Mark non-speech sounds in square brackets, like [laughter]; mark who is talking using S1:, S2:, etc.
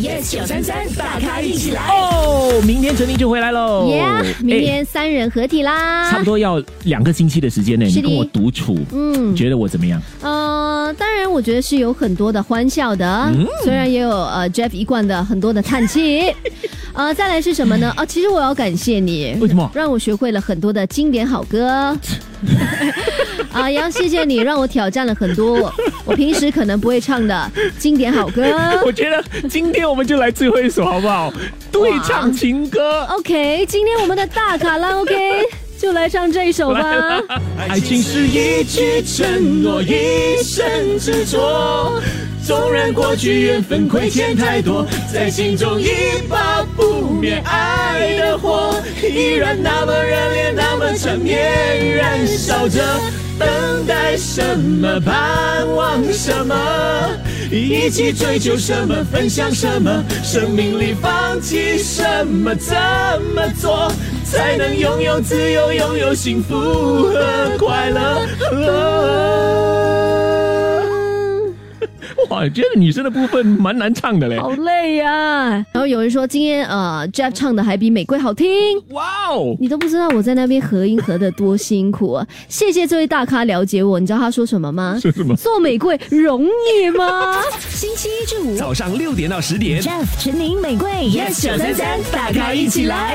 S1: yes 九三三，大咖一起来。
S2: 哦，明天陈明就回来喽。
S3: 耶、明
S2: 哎
S3: 天三人合体啦。
S2: 差不。多要两个星期的时间呢，
S3: 是
S2: 你
S3: 的
S2: 跟我独处，
S3: 嗯
S2: 你，觉得我怎么样？
S3: 呃，当然，我觉得是有很多的欢笑的，
S2: 嗯
S3: 虽然也有呃 Jeff 一贯的很多的叹气。 [laughs] 呃，再来是什么呢？哦，其实我要感谢你，
S2: 为什么
S3: 让我学会了很多的经典好歌。 [laughs] 啊、也要谢谢你，让我挑战了很多我平时可能不会唱的经典好歌。
S2: [laughs] 我觉得今天我们就来最后一首好不好？对唱情歌，
S3: OK，今天我们的大卡拉 OK 就来唱这一首吧。
S2: 爱情是一句承诺，一生执着。纵然过去缘分亏欠太多，在心中一把不灭爱的火，依然那么热烈，那么缠绵，燃烧着。等待什么？盼望什么？一起追求什么？分享什么？生命里放弃什么？怎么做才能拥有自由，拥有幸福和快乐？哇，觉得女生的部分蛮难唱的嘞。
S3: 好累呀、然后有人说今天呃 Jeff 唱的还比玫瑰好听。
S2: 哇哦，
S3: 你都不知道我在那边合音合的多辛苦啊！ [laughs] 谢谢这位大咖了解我，你知道他说什么吗？
S2: 说什么
S3: 做玫瑰容易吗？
S1: [laughs] 星期一至五
S2: 早上六点到十点
S1: ，Jeff、陈宁、玫瑰 yes 九三三，大咖一起来。